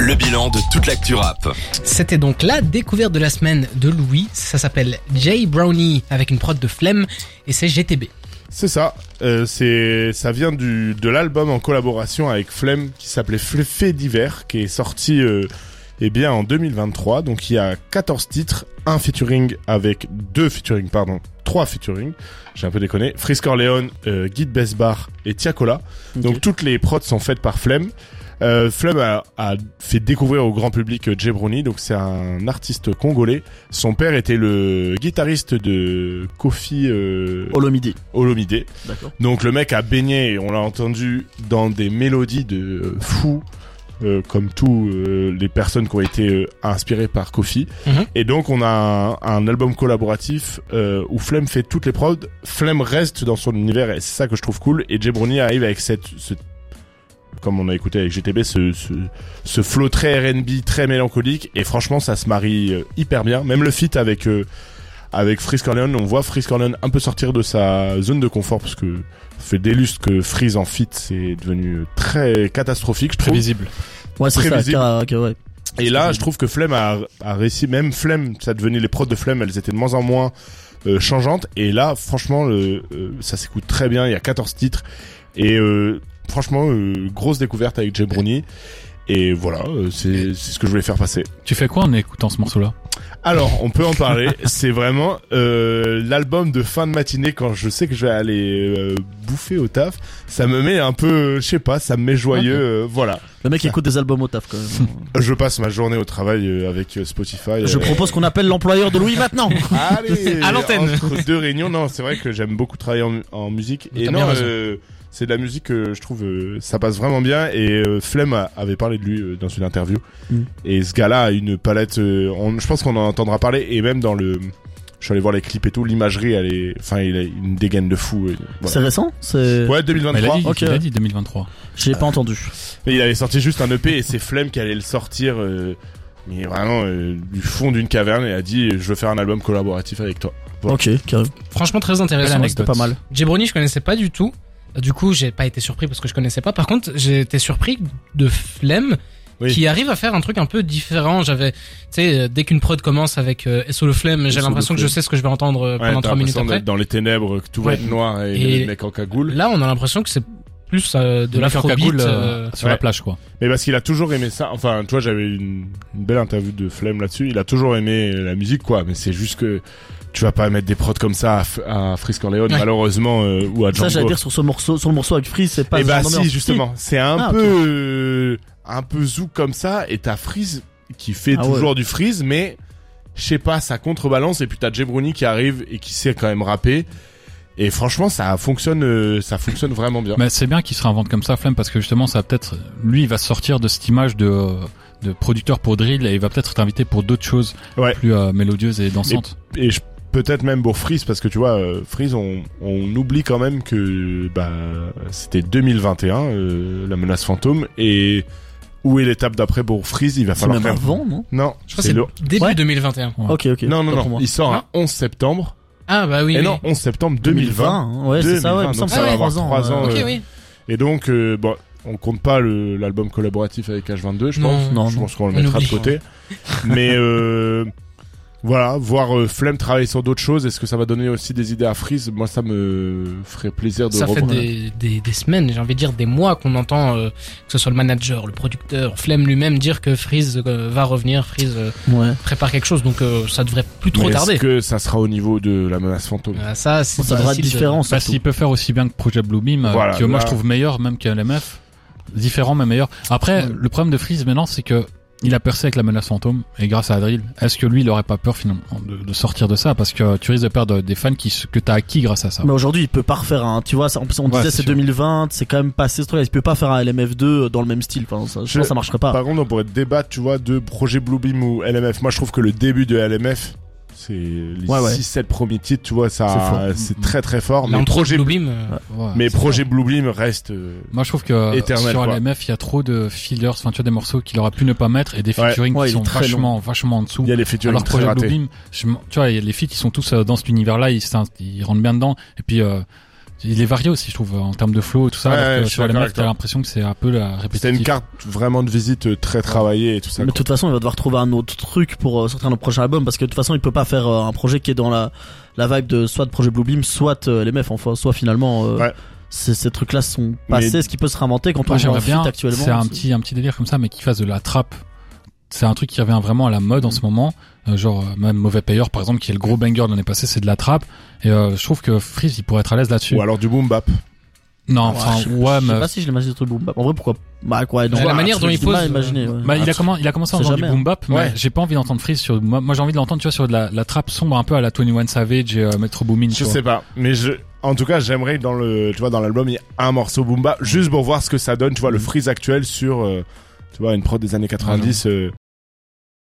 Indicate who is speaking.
Speaker 1: le bilan de toute l'actu rap.
Speaker 2: C'était donc la découverte de la semaine de Louis. Ça s'appelle Jay Brownie avec une prod de Flemme et c'est GTB.
Speaker 3: C'est ça. Euh, c'est ça vient du de l'album en collaboration avec Flemme qui s'appelait Fle- Fait d'hiver qui est sorti euh, eh bien en 2023. Donc il y a 14 titres, un featuring avec deux featuring pardon, trois featuring. J'ai un peu déconné. Frisk Orleans, euh, Guy de Besbar et Tiakola. Donc toutes les prods sont faites par Flemme. Euh, Flemme a, a fait découvrir au grand public euh, Jay Brownie, donc c'est un artiste congolais. Son père était le guitariste de Kofi euh,
Speaker 4: Olomidi.
Speaker 3: Olomide.
Speaker 4: D'accord.
Speaker 3: Donc le mec a baigné, et on l'a entendu dans des mélodies de euh, fou, comme tous euh, les personnes qui ont été euh, inspirées par Kofi.
Speaker 2: Mhm.
Speaker 3: Et donc on a un, un album collaboratif euh, où Flemme fait toutes les prods. Flemme reste dans son univers et c'est ça que je trouve cool. Et Jay Brownie arrive avec cette, ce- comme on a écouté avec GTB, ce, ce, ce flow très R&B, très mélancolique. Et franchement, ça se marie euh, hyper bien. Même le feat avec euh, avec Freeze Corleone, on voit Freeze Corleone un peu sortir de sa zone de confort parce que ça fait des lustres que Freeze en fit c'est devenu très catastrophique, je trouve.
Speaker 5: Prévisible.
Speaker 4: Ouais, c'est ça.
Speaker 3: Prévisible.
Speaker 4: Car, car- ouais.
Speaker 3: Et là, je trouve que Flemme a, a réussi, même Flemme, ça devenait les prods de Flemme, elles étaient de moins en moins euh, changeantes. Et là, franchement, le- euh, ça s'écoute très bien, il y a 14 titres. Et euh, franchement, euh, grosse découverte avec Jay Brownie. Et voilà, euh, c'est c'est ce que je voulais faire passer.
Speaker 5: Tu fais quoi en écoutant ce morceau-là
Speaker 3: Alors, on peut en parler. C'est vraiment euh, l'album de fin de matinée quand je sais que je vais aller euh, bouffer au taf. Ça me met un peu, euh, je sais pas, ça me met joyeux. euh, voilà.
Speaker 4: Le mec écoute des albums au taf quand même.
Speaker 3: Je passe ma journée au travail euh, avec euh, Spotify.
Speaker 4: Je
Speaker 3: euh,
Speaker 4: propose qu'on appelle l'employeur de Louis maintenant.
Speaker 3: Allez,
Speaker 2: À l'antenne.
Speaker 3: Entre deux réunions, non, c'est vrai que j'aime beaucoup travailler en, en musique.
Speaker 2: Mais
Speaker 3: et
Speaker 2: t'as bien
Speaker 3: non,
Speaker 2: raison.
Speaker 3: euh, c'est de la musique que je trouve, euh, ça passe vraiment bien. Et euh, Flemme a- avait parlé de lui euh, dans une interview.
Speaker 4: Mm.
Speaker 3: Et ce gars-là a une palette. euh, on- je pense qu'on en entendra parler. Et même dans le, je suis allé voir les clips et tout, l'imagerie, elle est, enfin, il a une dégaine de fou. euh, voilà.
Speaker 4: C'est récent C'est.
Speaker 3: Ouais,
Speaker 5: Mais
Speaker 3: 2023.
Speaker 5: Il a dit,
Speaker 4: Ok.
Speaker 5: il a dit 2023.
Speaker 4: J'ai pas entendu.
Speaker 3: Mais il avait sorti juste un EP et c'est Flemme qui allait le sortir. euh, mais vraiment euh, du fond d'une caverne et a dit je veux faire un album collaboratif avec toi. Voilà.
Speaker 4: Ok, car-
Speaker 2: Franchement très intéressant.
Speaker 5: Anecdote.
Speaker 4: c'était pas mal.
Speaker 2: Jay Brownie, je connaissais pas du tout. Du coup, j'ai pas été surpris parce que je connaissais pas. Par contre, j'ai été surpris de Flemme
Speaker 3: Oui.
Speaker 2: qui arrive à faire un truc un peu différent. J'avais, tu sais, euh, dès qu'une prod commence avec euh, Solo Flemme, j'ai
Speaker 3: Solo
Speaker 2: l'impression que je
Speaker 3: Flemme.
Speaker 2: sais ce que je vais entendre euh,
Speaker 3: Ouais,
Speaker 2: pendant
Speaker 3: t'as
Speaker 2: trois minutes
Speaker 3: l'impression
Speaker 2: après.
Speaker 3: d'être dans les ténèbres, que tout va
Speaker 2: Ouais.
Speaker 3: être noir et,
Speaker 2: Et-
Speaker 3: les mecs en cagoule.
Speaker 2: Là, on a l'impression que c'est plus euh, de
Speaker 5: Le mec en
Speaker 2: l'afrobeat.
Speaker 5: cagoule, euh,
Speaker 2: euh,
Speaker 5: sur
Speaker 3: ouais.
Speaker 5: la plage, quoi.
Speaker 3: Mais parce qu'il a toujours aimé ça. Enfin, tu vois, j'avais une, une belle interview de Flemme là-dessus. Il a toujours aimé la musique, quoi. Mais c'est juste que tu vas pas mettre des prods comme ça à, F- à Frisk Orleans,
Speaker 2: Ouais.
Speaker 3: malheureusement, euh, ou à
Speaker 4: Ça,
Speaker 3: Django.
Speaker 4: j'allais dire sur ce morceau, sur le morceau avec Freeze, c'est pas.
Speaker 3: et
Speaker 4: ce
Speaker 3: bah
Speaker 4: genre d'ambiance.
Speaker 3: si, justement. C'est un
Speaker 4: Ah,
Speaker 3: peu, euh, un peu zouk comme ça. Et t'as Freeze qui fait
Speaker 4: Ah ouais.
Speaker 3: toujours du Freeze, mais je sais pas, ça contrebalance. Et puis t'as Jay Brownie qui arrive et qui sait quand même rapper. Et franchement, ça fonctionne, euh, ça fonctionne vraiment bien.
Speaker 5: Mais c'est bien qu'il se réinvente comme ça, Flemme, parce que justement, ça va peut-être, lui, il va sortir de cette image de, de producteur pour drill et il va peut-être être invité pour d'autres choses
Speaker 3: Ouais.
Speaker 5: plus euh, mélodieuses et dansantes.
Speaker 3: et je- peut-être même pour Freeze parce que tu vois euh, Freeze on, on oublie quand même que bah c'était 2021 euh, la menace fantôme et où est l'étape d'après pour Freeze il va
Speaker 4: C'est
Speaker 3: falloir
Speaker 4: même
Speaker 3: faire
Speaker 4: avant, non
Speaker 3: non
Speaker 2: je crois que c'est
Speaker 3: le-
Speaker 2: début
Speaker 4: Ouais.
Speaker 2: 2021.
Speaker 4: Ok, ok.
Speaker 3: non non
Speaker 4: Pas pour
Speaker 3: non
Speaker 4: moi.
Speaker 3: il sort un 11 septembre
Speaker 2: Ah bah oui.
Speaker 3: et
Speaker 2: oui.
Speaker 3: non 11 septembre 2020,
Speaker 4: hein, Ouais, c'est ça, ouais. il
Speaker 3: 2020,
Speaker 4: me
Speaker 3: donc
Speaker 4: semble que
Speaker 3: ça va
Speaker 4: c'est
Speaker 3: avoir
Speaker 4: trois ans.
Speaker 3: trois ans,
Speaker 2: Ok,
Speaker 3: euh,
Speaker 2: oui.
Speaker 3: et donc euh, bon on compte pas le- l'album collaboratif avec H22 je
Speaker 2: Non.
Speaker 3: pense
Speaker 4: Non,
Speaker 3: je
Speaker 4: non.
Speaker 3: pense qu'on le
Speaker 2: On
Speaker 3: mettra de
Speaker 2: oublie.
Speaker 3: côté mais euh, voilà voir euh, Flemme travailler sur d'autres choses est-ce que ça va donner aussi des idées à Freeze moi ça me ferait plaisir de
Speaker 2: Ça fait
Speaker 3: reprendre
Speaker 2: des, des, des semaines, j'ai envie de dire des mois qu'on entend euh, que ce soit le manager, le producteur, Flemme lui-même dire que Freeze euh, va revenir, Freeze euh,
Speaker 4: Ouais.
Speaker 2: prépare quelque chose, donc euh, ça devrait plus trop
Speaker 3: Mais
Speaker 2: tarder.
Speaker 3: Est-ce que ça sera au niveau de la menace fantôme
Speaker 2: Ah, ça, c'est
Speaker 4: Ça devrait être
Speaker 2: difficile de-
Speaker 4: différent,
Speaker 5: Bah,
Speaker 4: surtout.
Speaker 5: s'il peut faire aussi bien que Project Bluebeam, euh,
Speaker 3: Voilà,
Speaker 5: que moi
Speaker 3: là-
Speaker 5: je trouve meilleur même que LMF, différent mais meilleur. Après,
Speaker 4: Ouais.
Speaker 5: le problème de Freeze maintenant, c'est que il a percé avec la menace fantôme et grâce à Adril, est-ce que lui il aurait pas peur finalement de, de sortir de ça parce que tu risques de perdre des fans qui, se- que t'as acquis grâce à ça.
Speaker 4: Mais aujourd'hui, il peut pas refaire un. Tu vois, ça- en plus, on
Speaker 5: Ouais,
Speaker 4: disait
Speaker 5: c'est
Speaker 4: c'est
Speaker 5: sûr.
Speaker 4: 2020, c'est quand même passé ce truc-là. Il peut pas faire un LMF2 dans le même style. Enfin, ça, je,
Speaker 3: Je-
Speaker 4: pense que ça marcherait pas.
Speaker 3: Par contre, on pourrait débattre, tu vois, de projet Bluebeam ou LMF. Moi, je trouve que le début de LMF, c'est les
Speaker 4: Ouais, ouais.
Speaker 3: 6-7 premiers titres, tu vois, ça,
Speaker 5: C'est fort.
Speaker 3: c'est très très fort. Mais
Speaker 2: L'intro de
Speaker 3: projet,
Speaker 2: Bluebeam, euh,
Speaker 5: Ouais.
Speaker 3: mais projet Bluebeam reste. euh,
Speaker 5: Moi, je trouve que
Speaker 3: Éternel,
Speaker 5: sur
Speaker 3: quoi.
Speaker 5: LMF, il y a trop de fillers, enfin, tu vois, des morceaux qu'il aurait pu ne pas mettre et des
Speaker 3: Ouais.
Speaker 5: featuring
Speaker 4: Ouais,
Speaker 5: qui
Speaker 4: il est
Speaker 5: sont
Speaker 4: très
Speaker 5: vachement, vachement en dessous.
Speaker 3: Il y a les featuring
Speaker 5: Alors,
Speaker 3: très
Speaker 5: Projet
Speaker 3: ratés.
Speaker 5: Bluebeam, je m- tu vois, il y a les filles qui sont tous euh, dans cet univers-là, ils, s'in- ils rentrent bien dedans. Et puis, euh, Il est varié aussi, je trouve, en termes de flow et tout ça.
Speaker 3: Ouais,
Speaker 5: alors
Speaker 3: ouais,
Speaker 5: que
Speaker 3: je suis
Speaker 5: sur les
Speaker 3: d'accord
Speaker 5: meufs,
Speaker 3: avec
Speaker 5: t'as
Speaker 3: toi.
Speaker 5: l'impression que c'est un peu la
Speaker 3: C'était une
Speaker 5: répétition.
Speaker 3: carte vraiment de visite euh, très travaillée et tout ça.
Speaker 4: Mais de
Speaker 3: quoi.
Speaker 4: toute façon, il va devoir trouver un autre truc pour euh, sortir un prochain album parce que de toute façon, il peut pas faire euh, un projet qui est dans la, la vibe de soit de projet Bluebeam, soit euh, les meufs, enfin, soit finalement. euh,
Speaker 3: Ouais.
Speaker 4: Ces, ces trucs-là sont passés,
Speaker 3: Mais-
Speaker 4: ce qui peut se réinventer quand on
Speaker 5: Moi,
Speaker 4: est en
Speaker 5: j'aimerais bien.
Speaker 4: feat actuellement.
Speaker 5: C'est un petit, un petit délire comme ça, mais qui fasse de la trappe. C'est un truc qui revient vraiment à la mode en ce moment. Euh, genre, euh, même Mauvais Payeur, par exemple, qui est le gros banger de l'année passée, c'est de la trappe. Et euh, je trouve que Freeze, il pourrait être à l'aise là-dessus.
Speaker 3: Ou alors du boom bap.
Speaker 5: Non,
Speaker 4: Ouais,
Speaker 5: enfin,
Speaker 4: Ah, je-
Speaker 5: ouais,
Speaker 4: je sais
Speaker 5: mais.
Speaker 4: pas si je l'imagine ce truc boom bap. En vrai, pourquoi Bah, quoi,
Speaker 2: la manière dont il pose, euh,
Speaker 4: Imaginer,
Speaker 5: Bah, il, a comment- il a commencé en
Speaker 4: sait
Speaker 5: faisant du
Speaker 4: jamais, hein.
Speaker 5: boom bap, mais
Speaker 3: Ouais.
Speaker 5: j'ai pas envie d'entendre Freeze sur. Moi, moi, j'ai envie de l'entendre, tu vois, sur de la, la trappe sombre un peu à la 21 Savage et euh, Metro Boomin. tu
Speaker 3: Je
Speaker 5: vois.
Speaker 3: sais pas, mais je, en tout cas, j'aimerais que dans le, tu vois, dans l'album, il y ait un morceau boom bap, juste pour voir ce que ça donne, tu vois, le freeze actuel sur, euh, tu vois, une prod des années 90. euh,